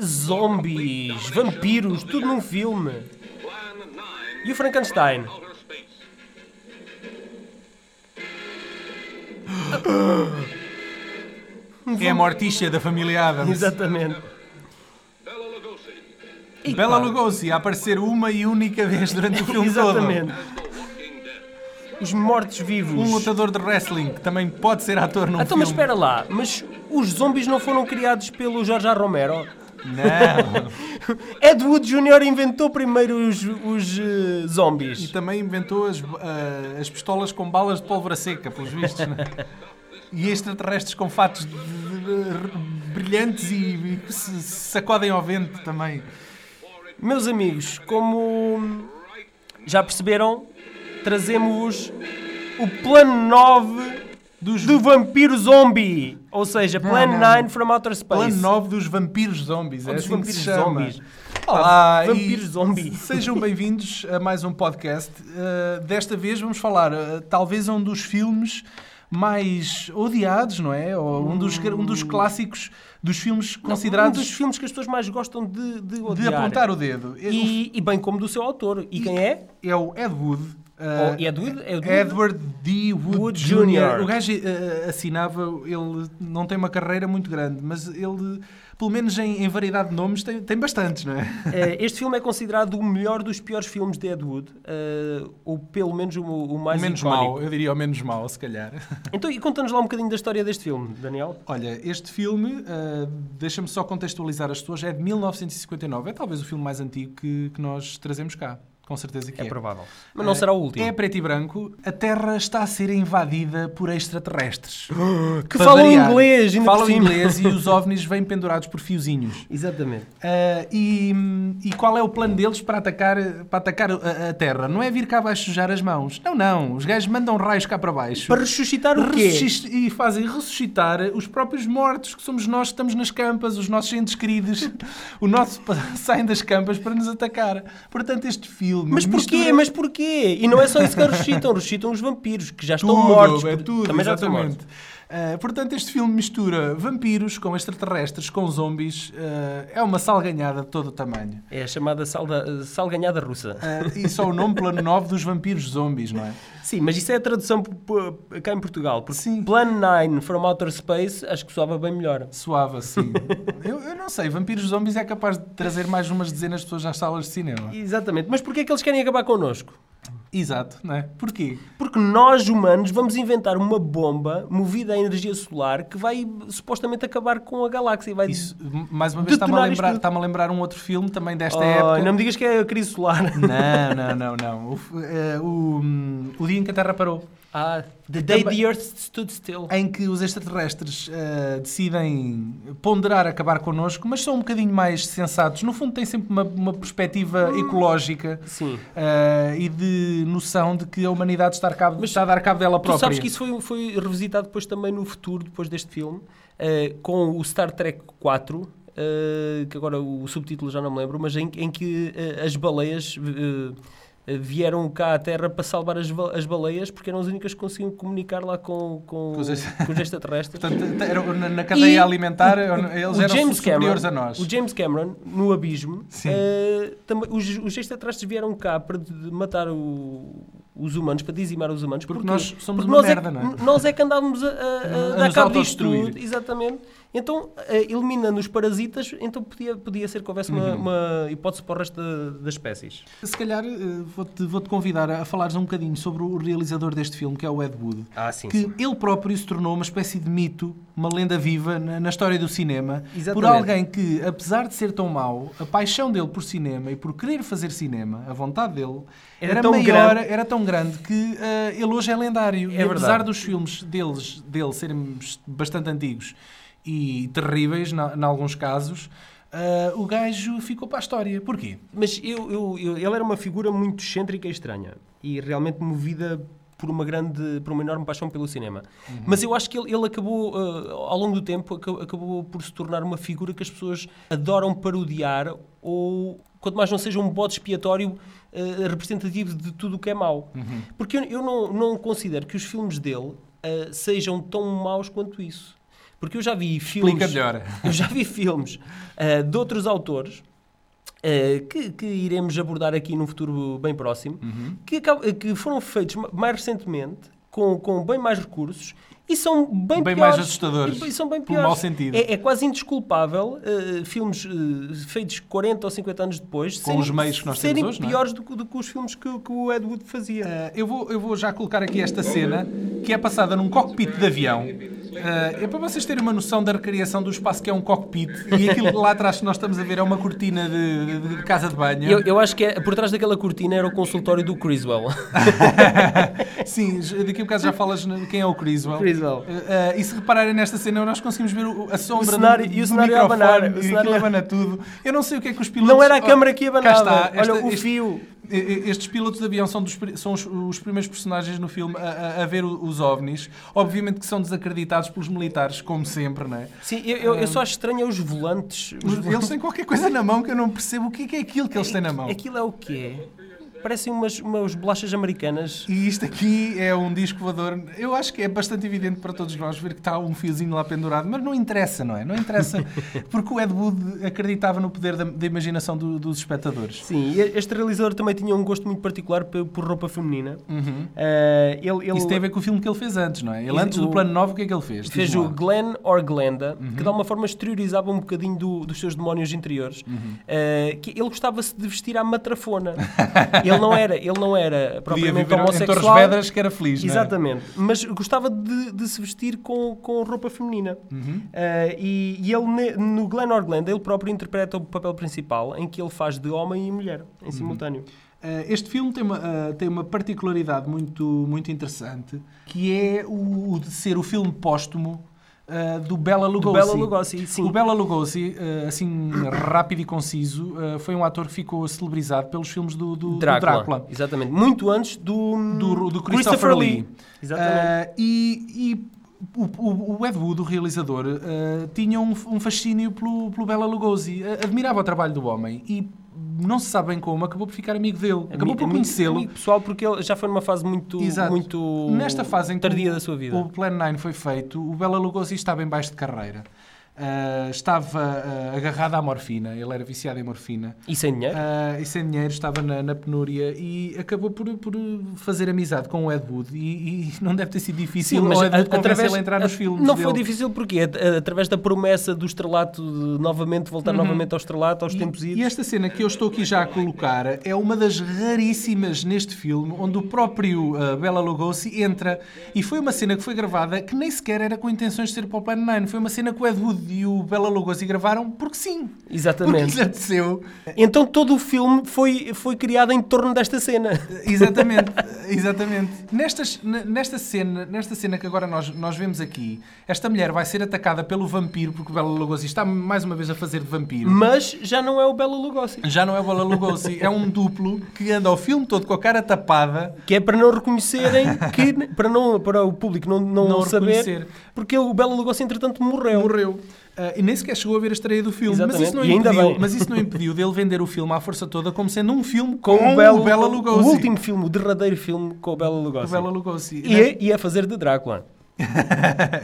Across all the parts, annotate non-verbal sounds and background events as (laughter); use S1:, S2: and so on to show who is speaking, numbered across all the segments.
S1: Zombies, vampiros, tudo num filme. E o Frankenstein?
S2: É a morticha da família Adams.
S1: Exatamente. E
S2: Bela
S1: pá,
S2: Lugosi a aparecer uma e única vez durante o filme
S1: Exatamente. Os mortos-vivos.
S2: todo. Um lutador de wrestling que também pode ser ator num
S1: Então,
S2: filme.
S1: mas espera lá, mas os zombies não foram criados pelo Jorge A. Romero? (laughs)
S2: Não.
S1: Ed Wood Jr. inventou primeiro os, os eh,
S2: E
S1: zombies.
S2: também inventou as, ah, as pistolas com balas de pólvora seca, pelos vistos. né? E extraterrestres com fatos de- de- de- brilhantes e, e que se se sacodem ao vento
S1: É
S2: também.
S1: Meus amigos, como já perceberam, trazemos o plano 9
S2: Dos
S1: do vampiro zombie. Ou seja, Plan
S2: não,
S1: 9
S2: não.
S1: from Outer Space.
S2: plano 9 dos vampiros zombies. É
S1: Ou dos
S2: assim que
S1: vampiros
S2: se chama.
S1: zombies. Ah,
S2: Olá,
S1: Vampiros um
S2: e
S1: zombie.
S2: (laughs) Sejam bem-vindos a mais um podcast. Uh, desta vez vamos falar, uh, talvez, um dos filmes mais odiados, não é? Ou um dos, um dos clássicos dos filmes
S1: Hum. Um dos
S2: considerados
S1: filmes que as pessoas mais gostam de, de
S2: de
S1: odiar.
S2: apontar o dedo.
S1: E, e bem como do seu autor. E quem é?
S2: É o Ed Wood. uh,
S1: Oh, Ed Wood? Ed Wood?
S2: Edward D. Wood,
S1: Wood
S2: Jr.
S1: Jr..
S2: O gajo eh, assinava, ele não tem uma carreira muito grande, mas ele, pelo menos em, em variedade de nomes, tem, tem bastantes, não é?
S1: Eh, este filme é considerado o melhor dos piores filmes de Ed Wood, eh, ou pelo menos o, o
S2: O
S1: mais
S2: menos
S1: icónico.
S2: mau, eu diria o menos mau, se calhar. (laughs)
S1: Então, e conta-nos lá um bocadinho da história deste filme, Daniel.
S2: Olha, este filme, ah, deixa-me só contextualizar as pessoas, é de 1959, é talvez o filme mais antigo que, que nós trazemos cá, com certeza que é.
S1: provável. Eh, Mas não será o último.
S2: É preto e branco. A Terra está a ser invadida por extraterrestres.
S1: (gasps) que
S2: Para
S1: falam
S2: variar.
S1: inglês, ainda
S2: Falam
S1: por cima.
S2: inglês
S1: (laughs)
S2: e os ovnis vêm pendurados por fiozinhos.
S1: Exatamente.
S2: Ah, e, e qual é o plano deles para atacar, para atacar a, a Terra? Não é vir cá abaixo sujar as mãos. Não, não. Os gajos mandam raios cá para baixo.
S1: Para ressuscitar o quê?
S2: Ressuscist- e fazem ressuscitar os próprios mortos, que somos nós que estamos nas campas, os nossos entes queridos, (laughs) o nosso pa- (laughs) saem das campas para nos atacar. Portanto, este filme.
S1: Mas porquê?
S2: mistura
S1: Mas porquê? E não é só isso que ressuscitam, ressuscitam os vampiros, que já estão
S2: tudo,
S1: mortos.
S2: é
S1: por-
S2: tudo,
S1: também já estão
S2: exatamente.
S1: mortos.
S2: Ah, portanto, este filme mistura vampiros com extraterrestres, com zombies. ah, é uma salganhada de todo o tamanho.
S1: É a chamada salda, salganhada russa.
S2: Ah, e só o nome plano 9 dos vampiros zombies, não é?
S1: Sim, mas isso é a tradução p- p- cá em Portugal. Porque
S2: Sim.
S1: Plan 9 from Outer Space acho que soava bem melhor. (laughs)
S2: Suave assim. Eu, eu não sei, vampiros zombies é capaz de trazer mais umas dezenas de pessoas nas salas de cinema.
S1: Exatamente. Mas porquê é que eles querem acabar connosco?
S2: Exato, não é? Porquê?
S1: Porque nós, humanos, vamos inventar uma bomba movida à energia solar que vai supostamente acabar com a galáxia. e Vai...
S2: Isso, m- mais uma vez, está-me a,
S1: Detonar isto
S2: lembrar,
S1: tudo.
S2: está-me a lembrar um outro filme também desta
S1: Oh,
S2: época. Hum.
S1: Não me digas que é a crise solar.
S2: Não, não, não, não. O, f- eh, o, hum, o dia em que a Terra parou.
S1: (laughs) Ah, the day
S2: Também-
S1: the Earth stood still.
S2: em que os extraterrestres eh, decidem ponderar acabar connosco, mas são um bocadinho mais sensatos. No fundo, têm sempre uma, uma perspectiva
S1: Hum.
S2: ecológica
S1: Sim.
S2: eh, e de noção de que a humanidade está a, dar cabo-
S1: Mas
S2: está a dar cabo dela
S1: Tu
S2: própria.
S1: sabes que isso foi, foi revisitado depois também no futuro, depois deste filme, eh, com o Star Trek 4, eh, que agora o subtítulo já não me lembro, mas em, em que eh, as baleias eh, eh, vieram cá à Terra para salvar as, ba- as baleias, porque eram as únicas que conseguiam comunicar lá com, com,
S2: Com os ex-
S1: com os extraterrestres.
S2: Portanto, te- eram- na, na cadeia
S1: E
S2: alimentar, eles
S1: O
S2: eram
S1: James
S2: superiores
S1: Cameron-
S2: a nós.
S1: O James Cameron, no Abismo,
S2: Sim.
S1: eh, também, os, os extraterrestres vieram cá para de- de matar o- os humanos, para dizimar os humanos.
S2: Porque
S1: Porquê?
S2: nós somos
S1: Porque
S2: uma
S1: nós
S2: merda,
S1: é, que-
S2: não é?
S1: Nós é que andávamos a, a- a
S2: A
S1: dar
S2: nos
S1: cabo disto
S2: autodestruir.
S1: tudo. Exatamente. Então, eh, eliminando os parasitas, então podia, podia ser que houvesse
S2: Uhum.
S1: uma, uma hipótese para o resto da- das espécies.
S2: Se calhar eh, vou-te vou-te convidar a a falares um bocadinho sobre o realizador deste filme, que é o Ed Wood.
S1: Ah, sim,
S2: que ele próprio se tornou uma espécie de mito, uma lenda viva na, na história do cinema, por
S1: Exatamente.
S2: alguém que, apesar de ser tão mau, a paixão dele por cinema e por querer fazer cinema, a vontade dele,
S1: Era
S2: era,
S1: tão
S2: maior,
S1: grande.
S2: era tão grande que ah, ele hoje é lendário.
S1: É
S2: e apesar
S1: verdade.
S2: dos filmes deles, dele serem bastante antigos e terríveis, em alguns casos, ah, o gajo ficou para a história. Porquê?
S1: Mas eu, eu, eu- ele era uma figura muito excêntrica e estranha e realmente movida por uma grande, por uma enorme paixão pelo cinema.
S2: Uhum.
S1: Mas eu acho que ele, ele acabou, eh, ao longo do tempo, aca- acabou por se tornar uma figura que as pessoas adoram parodiar ou, quanto mais não seja, um bode expiatório eh, representativo de tudo o que é mau.
S2: Uhum.
S1: Porque eu, eu não, não considero que os filmes dele eh, sejam tão maus quanto isso. Porque eu já vi filmes.
S2: Explica melhor.
S1: (laughs) Eu já vi filmes ah, de outros autores ah, que, que iremos abordar aqui num futuro bem próximo,
S2: Uhum.
S1: que, acab- que foram feitos ma- mais recentemente, com, com bem mais recursos e são bem,
S2: Bem
S1: piores,
S2: mais assustadores,
S1: E são bem
S2: por
S1: piores.
S2: mau sentido.
S1: É, é quase indesculpável ah, filmes ah, feitos 40 ou 50 anos depois
S2: Com os meios que nós temos
S1: serem
S2: hoje, não é?
S1: piores do, que- do que os filmes que, que o Ed Wood fazia.
S2: Ah, eu, vou, eu vou já colocar aqui esta cena que é passada num cockpit de avião. Ah, é para vocês terem uma noção da recriação do espaço que é um cockpit e aquilo que lá atrás que nós estamos a ver é uma cortina de, de- de casa de banho.
S1: Eu, eu acho que é- por trás daquela cortina era o consultório do
S2: (laughs)
S1: Criswell.
S2: Sim, daqui a bocado já falas no- quem é o Criswell.
S1: Criswell.
S2: Ah, e se repararem nesta cena, nós conseguimos ver o- a sombra do-
S1: cenário-
S2: do,
S1: e o cenário a
S2: microfone,
S1: abanar, o
S2: e
S1: cenário
S2: aquilo
S1: a-
S2: abana tudo. Eu não sei o que é que os pilotos...
S1: Não era a
S2: Oh,
S1: câmara que
S2: cá
S1: abanava.
S2: está, esta-
S1: Olha, o
S2: este-
S1: fio.
S2: E- e- Estes pilotos de avião são, dos pri- são os, os primeiros personagens no filme a, a- a ver o- os ovnis. Obviamente que são desacreditados pelos militares, como sempre, não é?
S1: Sim, eu, eu, eu só acho estranho é os volantes. Os
S2: Mas Eles têm qualquer coisa na mão que eu não percebo o que é, que é aquilo que eles têm na mão.
S1: Aquilo é o quê? Parecem umas, umas bolachas americanas.
S2: E isto aqui é um disco voador. Eu acho que é bastante evidente para todos nós ver que está um fiozinho lá pendurado, mas não interessa, não é? Não
S1: (laughs)
S2: interessa, porque o Ed Wood acreditava no poder da, da imaginação do- dos espectadores.
S1: Sim, e este realizador também tinha um gosto muito particular pe- por roupa feminina. Ah, ele ele
S2: Uhum. Isso tem a ver com o filme que ele fez antes, não é? Ele
S1: E
S2: antes do
S1: o-
S2: Plano 9, o que é Uhum. que ele fez?
S1: fez
S2: Diz-me
S1: o
S2: lá.
S1: Glenn or Glenda, que de alguma forma exteriorizava um bocadinho do- dos seus demónios interiores.
S2: Uhum.
S1: Ah, que ele gostava-se de vestir à matrafona. ele não era, ele não era
S2: Podia
S1: propriamente
S2: viver em Torres
S1: homossexual.
S2: Vedras que era feliz, não é?
S1: Exatamente. Mas gostava de, de se vestir com, com roupa feminina.
S2: Uhum.
S1: Ah, e, e ele, ne- no Glenn Orglanda, ele próprio interpreta o papel principal em que ele faz de homem e mulher, em
S2: Uhum.
S1: simultâneo.
S2: Uh, este filme tem uma, uh, tem uma particularidade muito, muito interessante, que é o, o de ser o filme póstumo uh, do Bela Lugosi.
S1: Bela Lugosi, sim.
S2: O Bela Lugosi, uh, assim (coughs) rápido e conciso, uh, foi um ator que ficou celebrizado pelos filmes do, do- do
S1: Drácula.
S2: Drácula.
S1: Exatamente. Muito antes do,
S2: Do, do Christopher Lee.
S1: Exatamente.
S2: Uh, e e o, o, o Ed Wood, o realizador, uh, tinha um, um fascínio pelo, pelo Bela Lugosi. Uh, Admirava o trabalho do homem e não se sabe bem como, acabou por ficar amigo dele. Acabou
S1: Ami-
S2: por
S1: ami-
S2: conhecê-lo.
S1: amigo é Pessoal, porque ele já foi numa fase muito,
S2: Exato.
S1: muito
S2: Nesta fase em que
S1: tardia
S2: o-
S1: da sua vida.
S2: o Plan 9 foi feito, o Bela Lugosi estava em baixo de carreira. Ah, estava ah, agarrado à morfina, ele era viciado em morfina.
S1: E sem dinheiro.
S2: Ah, e sem dinheiro estava na, na penúria e acabou por, por fazer amizade com o Ed Wood. E, (laughs) e não deve ter sido difícil
S1: Sim, mas
S2: ao Ed Wood
S1: a-
S2: convencê-lo a é entrar nos
S1: a-
S2: filmes.
S1: Não foi
S2: dele.
S1: difícil porque é, a- a- através da promessa do estrelato de novamente voltar novamente ao estrelato, aos tempos
S2: Uhum. E,
S1: idos.
S2: e esta cena que eu estou aqui já a colocar é uma das raríssimas neste filme onde o próprio ah, Bela Lugosi entra e foi uma cena que foi gravada que nem sequer era com intenções de ser para o Plano 9. Foi uma cena que o Ed Wood e o Bela Lugosi gravaram porque sim. Porque
S1: Exatamente.
S2: lhes apeteceu.
S1: Então todo o filme foi, foi criado em torno desta cena.
S2: Exatamente, exatamente. Nestas, n- nesta, cena, nesta cena que agora nós, nós vemos aqui, esta mulher vai ser atacada pelo vampiro, porque o Bela Lugosi está mais uma vez a fazer de vampiro.
S1: Mas já não é o Bela Lugosi.
S2: Já não é Bela Lugosi, é um duplo que anda ao filme todo com a cara tapada.
S1: Que é para não reconhecerem que.
S2: (laughs)
S1: para, não, para o público não, não,
S2: Não reconhecer.
S1: saber. Porque o Bela Lugosi, entretanto, morreu.
S2: Morreu. Ah, e nem sequer chegou a ver a estreia do filme. Mas
S1: Exatamente,
S2: isso, não
S1: e ainda
S2: impediu,
S1: bem.
S2: mas isso não impediu dele vender o filme à força toda como sendo um filme
S1: Com, o, Bela,
S2: Belo, Bela Lugosi.
S1: O último filme, o derradeiro filme com o Bela
S2: O
S1: Lugosi.
S2: Bela Lugosi.
S1: E,
S2: Né?
S1: é, e é fazer de Drácula.
S2: (laughs)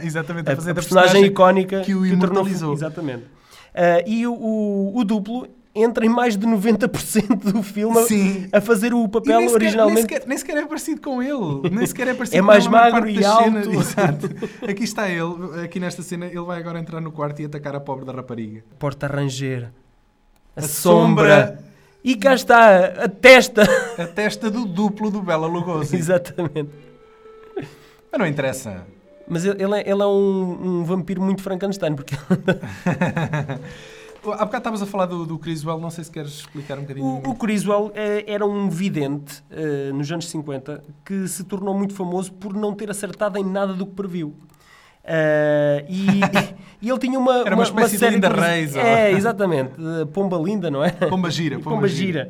S2: Exatamente,
S1: a,
S2: a
S1: a personagem,
S2: fazer da personagem
S1: icónica
S2: que o
S1: tornou-
S2: imortalizou.
S1: Exatamente. Ah, e o, o- o duplo entra em mais de 90% do filme a-
S2: Sim.
S1: a fazer o
S2: E nem
S1: papel
S2: sequer,
S1: originalmente.
S2: nem, sequer, nem sequer é parecido com ele. Nem sequer é parecido
S1: É
S2: com
S1: mais
S2: ele na maior
S1: magro
S2: parte
S1: e
S2: das
S1: alto.
S2: cenas. Exato.
S1: (laughs)
S2: Aqui está ele, aqui nesta cena, ele vai agora entrar no quarto e atacar a pobre da rapariga.
S1: Porta a ranger. A,
S2: A
S1: sombra.
S2: sombra.
S1: E cá está a testa. (laughs)
S2: A testa do duplo do Bela Lugosi.
S1: Exatamente.
S2: Mas não interessa.
S1: Mas ele ele é, ele é um, um vampiro muito Frankenstein, porque
S2: Há bocado estavas a falar do, do Criswell, não sei se queres explicar um bocadinho.
S1: o, o Criswell eh, era um vidente eh, nos anos 50 que se tornou muito famoso por não ter acertado em nada do que previu. Eh, e, (laughs) e ele tinha uma,
S2: Era uma espécie de
S1: série
S2: Linda
S1: coisas-
S2: Reis, ou-
S1: É, exatamente. Eh, Pomba linda, não é?
S2: Pomba gira,
S1: (laughs) Pomba, gira.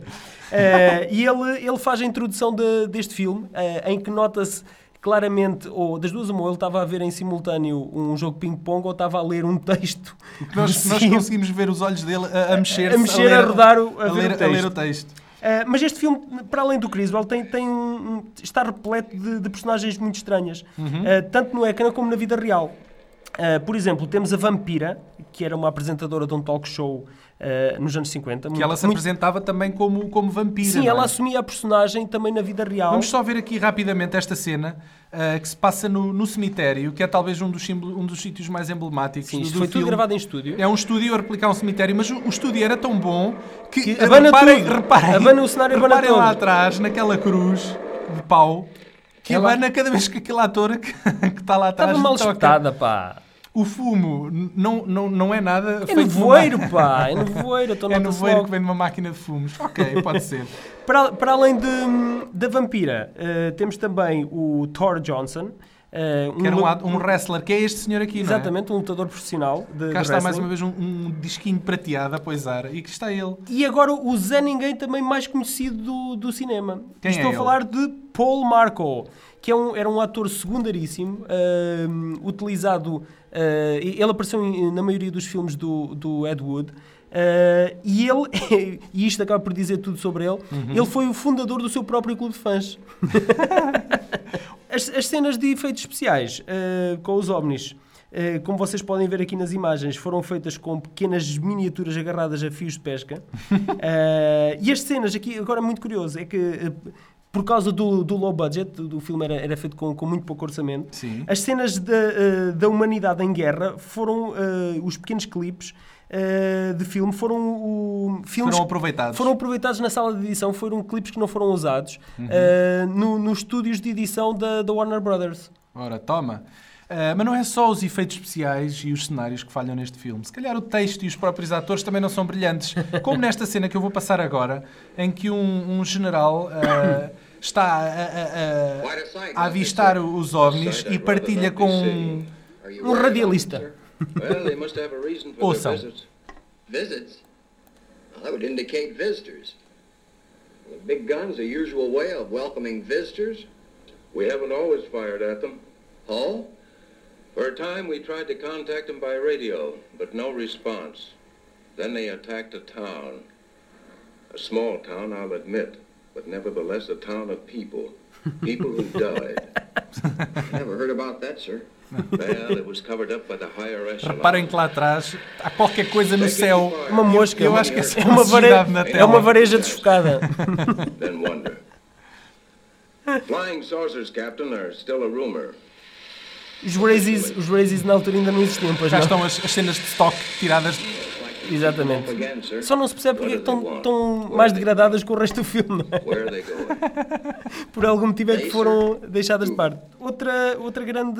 S1: Eh, e ele, ele faz a introdução de- deste filme, eh, em que nota-se claramente, ou das duas uma, ou ele estava a ver em simultâneo um jogo de ping-pong ou estava a ler um texto. (laughs)
S2: Nós, nós
S1: Sim.
S2: conseguimos ver os olhos dele a, mexer
S1: A mexer, a rodar o- a ver o
S2: ler,
S1: texto.
S2: ler o texto.
S1: Uh, mas este filme, para além do Criswell, tem, tem um-
S2: Uhum.
S1: eh, um- está repleto de, de personagens muito estranhas, Uh, tanto no ecrã como na vida real. Ah, por exemplo, temos a Vampira, que era uma apresentadora de um talk show ah, nos anos 50.
S2: Que ela se apresentava também como, como vampira.
S1: Sim,
S2: não é?
S1: ela assumia a personagem também na vida real.
S2: Vamos só ver aqui rapidamente esta cena ah, que se passa no, no cemitério, que é talvez um dos, símbolo- um dos sítios mais emblemáticos
S1: Sim,
S2: do,
S1: isto
S2: do
S1: foi tudo
S2: filme.
S1: gravado em estúdio.
S2: É um estúdio a replicar um cemitério, mas o o estúdio era tão bom que,
S1: Que abana
S2: reparem,
S1: tudo.
S2: reparem,
S1: Abana o cenário, abana
S2: reparem
S1: todo.
S2: lá atrás, naquela cruz de pau, que
S1: Ela-
S2: abana cada vez que aquele ator que, que está lá atrás
S1: Estava mal
S2: toca.
S1: espetada, pá.
S2: O fumo n- não, não, não é nada
S1: É
S2: feito de uma-
S1: nevoeiro, pá. É nevoeiro. Então
S2: (laughs) É
S1: nota-se
S2: nevoeiro
S1: logo.
S2: que vem de uma máquina de fumos. Ok,
S1: (laughs)
S2: pode ser.
S1: Para, para além de- da vampira, eh, temos também o Thor Johnson. eh,
S2: Que era um,
S1: lu-
S2: ad- um wrestler, que é este senhor aqui, não é?
S1: Exatamente, um lutador profissional de,
S2: Cá
S1: de
S2: está mais
S1: wrestling.
S2: uma vez um, um disquinho prateado a poisar. E que está ele.
S1: E agora o Zé Ninguém também mais conhecido do, do cinema.
S2: Quem
S1: Estou
S2: é
S1: a
S2: ele?
S1: falar de Paul Marco, que é um- era um ator secundaríssimo, ahm, utilizado... ah, e- ele apareceu em- na maioria dos filmes do, do Ed Wood. ah, e ele, (laughs) e isto acaba por dizer tudo sobre ele,
S2: Uhum.
S1: ele foi o fundador do seu próprio clube de fãs. As, as cenas de efeitos especiais eh, com os ovnis, eh, como vocês podem ver aqui nas imagens, foram feitas com pequenas miniaturas agarradas a fios de
S2: (laughs)
S1: pesca. Eh, e as cenas aqui, agora muito curioso, é que eh, por causa do, do low budget, do do filme era, era feito com, com muito pouco orçamento,
S2: Sim.
S1: as cenas da, eh, da humanidade em guerra foram eh, os pequenos clipes eh, de filme, foram o, filmes
S2: Foram aproveitados.
S1: foram aproveitados na sala de edição, foram clipes que não foram usados
S2: Uhum.
S1: eh, no- nos estúdios de edição da, da Warner Brothers.
S2: Ora, toma. Ah, mas não é só os efeitos especiais e os cenários que falham neste filme. Se calhar o texto e os próprios atores também não são brilhantes. Como nesta cena que eu vou passar agora, em que um, um general ah, está a, a- a- a avistar o- os ovnis e partilha com um,
S1: um radialista.
S3: Well, they must have a reason for
S2: Ouçam.
S3: their visits. Visits? Well, that would indicate visitors. The big guns, the usual way of welcoming visitors. We haven't always fired at them. Oh? For a time, we tried to contact them by radio, but no response. Then they attacked a town. A small town, I'll admit, but nevertheless a town of
S1: (laughs)
S3: people. People who died. Never heard about that, sir. Well, it was covered up by the higher echelon.
S2: Reparem que lá atrás há qualquer coisa no céu.
S1: Uma mosca.
S2: Eu acho que essa é
S1: é uma,
S2: uma sociedade na
S1: vareja, é
S2: tela.
S1: uma vareja desfocada.
S3: Then wonder. Flying saucers, Captain, are still a rumor.
S1: Os Razzies, os Razzies na altura ainda não existiam, pois
S2: Já
S1: não?
S2: estão as, as cenas de stock tiradas.
S1: Exatamente.
S3: Again, sir.
S1: Só não se percebe porque é que
S3: What do they
S1: estão,
S3: want?
S1: estão mais degradadas com o resto do filme. não é?
S3: Where are they going?
S1: Por algum motivo é que
S3: Isso.
S1: foram deixadas de parte. Outra, outra grande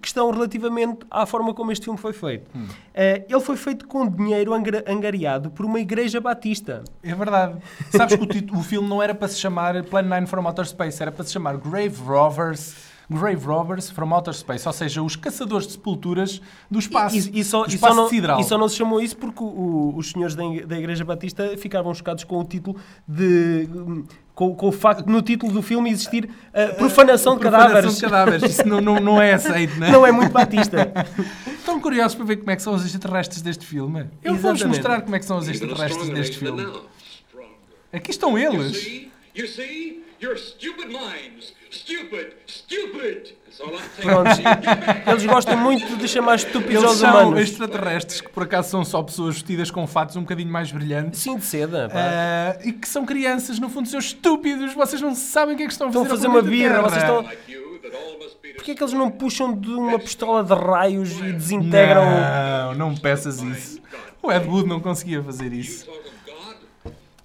S1: questão relativamente à forma como este filme foi feito.
S2: Hum.
S1: Eh, ele foi feito com dinheiro angra- angariado por uma igreja batista.
S2: É verdade. Sabes que o, tit- o filme não era para se chamar Plan 9 from Outer Space, era para se chamar Grave Robbers. Grave Robbers from Outer Space, ou seja, os caçadores de sepulturas do espaço,
S1: E, e só,
S2: do
S1: e, só
S2: espaço
S1: não,
S2: sideral.
S1: e só não se chamou isso porque o- o- os senhores da, Ing- da Igreja Batista ficavam chocados com o título de. hum, com, com o facto de no título do filme existir uh, profanação de
S2: Eh, Profanação
S1: cadáveres.
S2: de cadáveres. um Isso não, não, não é aceito, não é?
S1: Não é muito batista.
S2: Estão curiosos para ver como é que são os extraterrestres deste filme? Eu vou-vos
S1: Exatamente.
S2: mostrar como é que são os
S3: Even a
S2: extraterrestres
S3: stronger race
S2: deste
S3: than
S2: filme.
S3: now. Stronger.
S2: Aqui estão
S3: You
S2: eles.
S3: see? You see? Your stupid minds. Stupid. Stupid. That's all I'm saying.
S1: Prontos. Eles gostam muito de chamar estúpidos
S2: Eles
S1: aos
S2: são
S1: humanos.
S2: extraterrestres que por acaso são só pessoas vestidas com fatos um bocadinho mais brilhantes.
S1: Sim, de seda. pá.
S2: Ah, e que são crianças, no fundo são estúpidos, vocês não sabem o que é que estão a
S1: Estão
S2: fazer.
S1: a fazer
S2: ao
S1: uma
S2: planeta
S1: birra,
S2: Terra.
S1: vocês estão.
S3: Like you, that all must be
S1: Porquê é que eles não puxam de uma pistola de raios e desintegram.
S2: Não, não me peças isso. O Ed Wood não conseguia fazer isso.
S3: Talk of God?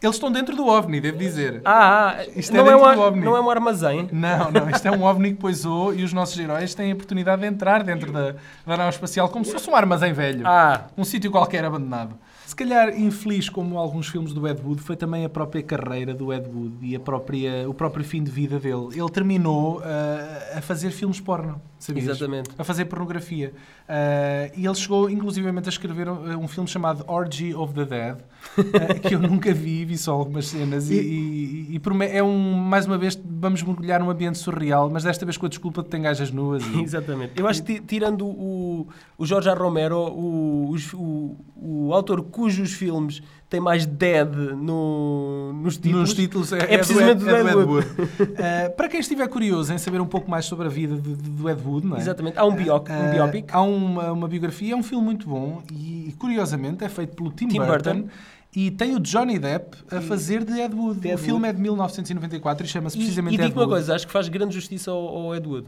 S2: Eles estão dentro do OVNI, devo dizer.
S1: Ah, ah
S2: Isto é
S1: não, é
S2: dentro
S1: um,
S2: do
S1: ar-
S2: OVNI.
S1: não é um armazém.
S2: Não, não, isto é um OVNI que poisou e os nossos heróis têm a oportunidade de entrar dentro da, da nave espacial como se fosse um armazém velho.
S1: Ah,
S2: Um sítio qualquer abandonado. Se calhar, infeliz como alguns filmes do Ed Wood, foi também a própria carreira do Ed Wood e a própria, o próprio fim de vida dele. Ele terminou ah, a fazer filmes porno, sabias?
S1: Exatamente.
S2: A fazer pornografia. Ah, e ele chegou, inclusivamente, a escrever um, um filme chamado Orgy of the Dead, ah, que eu nunca vi, vi só algumas cenas. E, e- e prome- é um, mais uma vez, vamos mergulhar num ambiente surreal, mas desta vez com a desculpa de ter gajas nuas.
S1: (laughs)
S2: Então, e-
S1: Exatamente. Eu acho que ti- tirando o, o Jorge A. Romero, o, os- o, o autor cujos filmes têm mais dead no, nos títulos,
S2: nos títulos é,
S1: é, precisamente do Ed Wood.
S2: (laughs) Eh, Ah, para quem estiver curioso em saber um pouco mais sobre a vida de- de- do Ed Wood, não é?
S1: Exatamente. Há um, bioc,
S2: Ah,
S1: um biopic.
S2: Há um uma, uma biografia, é um filme muito bom e, curiosamente, é feito pelo Tim,
S1: Tim
S2: Burton.
S1: Burton.
S2: E tem o Johnny Depp a fazer de Ed Wood.
S1: de
S2: o
S1: Ed
S2: filme é de 1994 e chama-se
S1: E,
S2: precisamente
S1: e
S2: Ed
S1: digo uma
S2: Wood.
S1: coisa, acho que faz grande justiça ao, ao Ed Wood.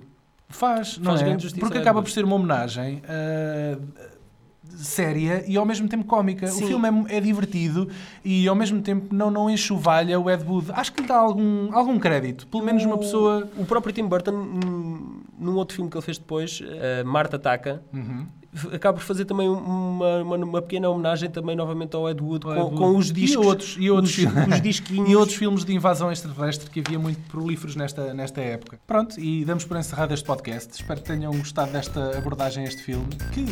S2: Faz, não
S1: Faz
S2: é?
S1: grande justiça
S2: Porque
S1: ao
S2: acaba
S1: Ed
S2: por ser uma homenagem ah, séria e ao mesmo tempo cómica. O
S1: Sim.
S2: filme é, é divertido e ao mesmo tempo não, não enxovalha o Ed Wood. Acho que lhe dá algum, algum crédito. Pelo menos uma
S1: O-
S2: pessoa.
S1: O próprio Tim Burton, num, num outro filme que ele fez depois, eh, Marta Ataca,
S2: Uhum.
S1: f- acaba por fazer também uma, uma, uma pequena homenagem também novamente ao Ed Wood,
S2: Ao
S1: com,
S2: Ed Wood.
S1: com os
S2: E
S1: discos.
S2: outros- e outros
S1: os-
S2: filmes.
S1: os disquinhos.
S2: (laughs) E outros filmes de invasão extraterrestre que havia muito prolíferos nesta, nesta época. Pronto, e damos por encerrado este podcast. Espero que tenham gostado desta abordagem a este filme, que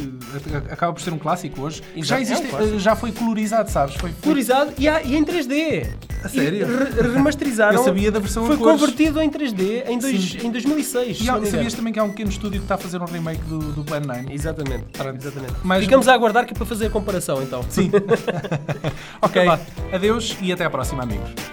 S2: a- a- acaba por ser um clássico hoje.
S1: Exato,
S2: Já,
S1: é um
S2: existe,
S1: clássico.
S2: já foi colorizado, sabes? Foi, foi
S1: colorizado e, há- e em 3D.
S2: A sério?
S1: E re- remasterizaram.
S2: Eu sabia da versão a
S1: Foi
S2: cores.
S1: convertido em 3D em, dois, em 2006.
S2: E
S1: se não
S2: há,
S1: me engano.
S2: sabias também que há um pequeno estúdio que está a fazer um remake do, do Plan 9?
S1: Exatamente.
S2: Pronto.
S1: Exatamente.
S2: Mas-
S1: Ficamos a aguardar que é para fazer a comparação então.
S2: Sim. ok.
S1: Vá.
S2: Adeus e até à próxima, amigos.